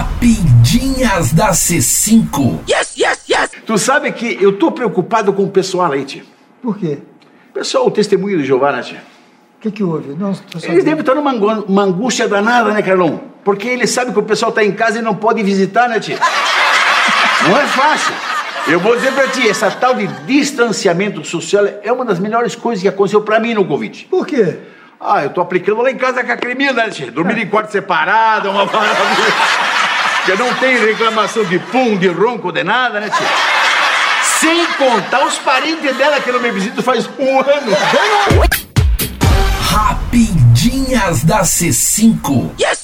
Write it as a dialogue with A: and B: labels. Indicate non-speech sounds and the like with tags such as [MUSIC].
A: Rapidinhas da C5.
B: Yes, yes, yes!
C: Tu sabe que eu tô preocupado com o pessoal aí, tia.
D: Por quê?
C: Pessoal, o testemunho de Jeová, né, tia?
D: O que, que houve? Não, tô
C: Eles
D: sabendo.
C: devem estar numa angu- uma angústia danada, né, Carlão? Porque eles sabem que o pessoal tá em casa e não pode visitar, né, tia? Não é fácil. Eu vou dizer pra ti, essa tal de distanciamento social é uma das melhores coisas que aconteceu pra mim no Covid.
D: Por quê?
C: Ah, eu tô aplicando lá em casa com a creminha, né, tia? Dormir em quarto separado, é uma [LAUGHS] parada. Porque não tem reclamação de pum, de ronco, de nada, né, tia? Sem contar os parentes dela que não me visitam faz um ano.
A: Rapidinhas da C5.
B: Yes,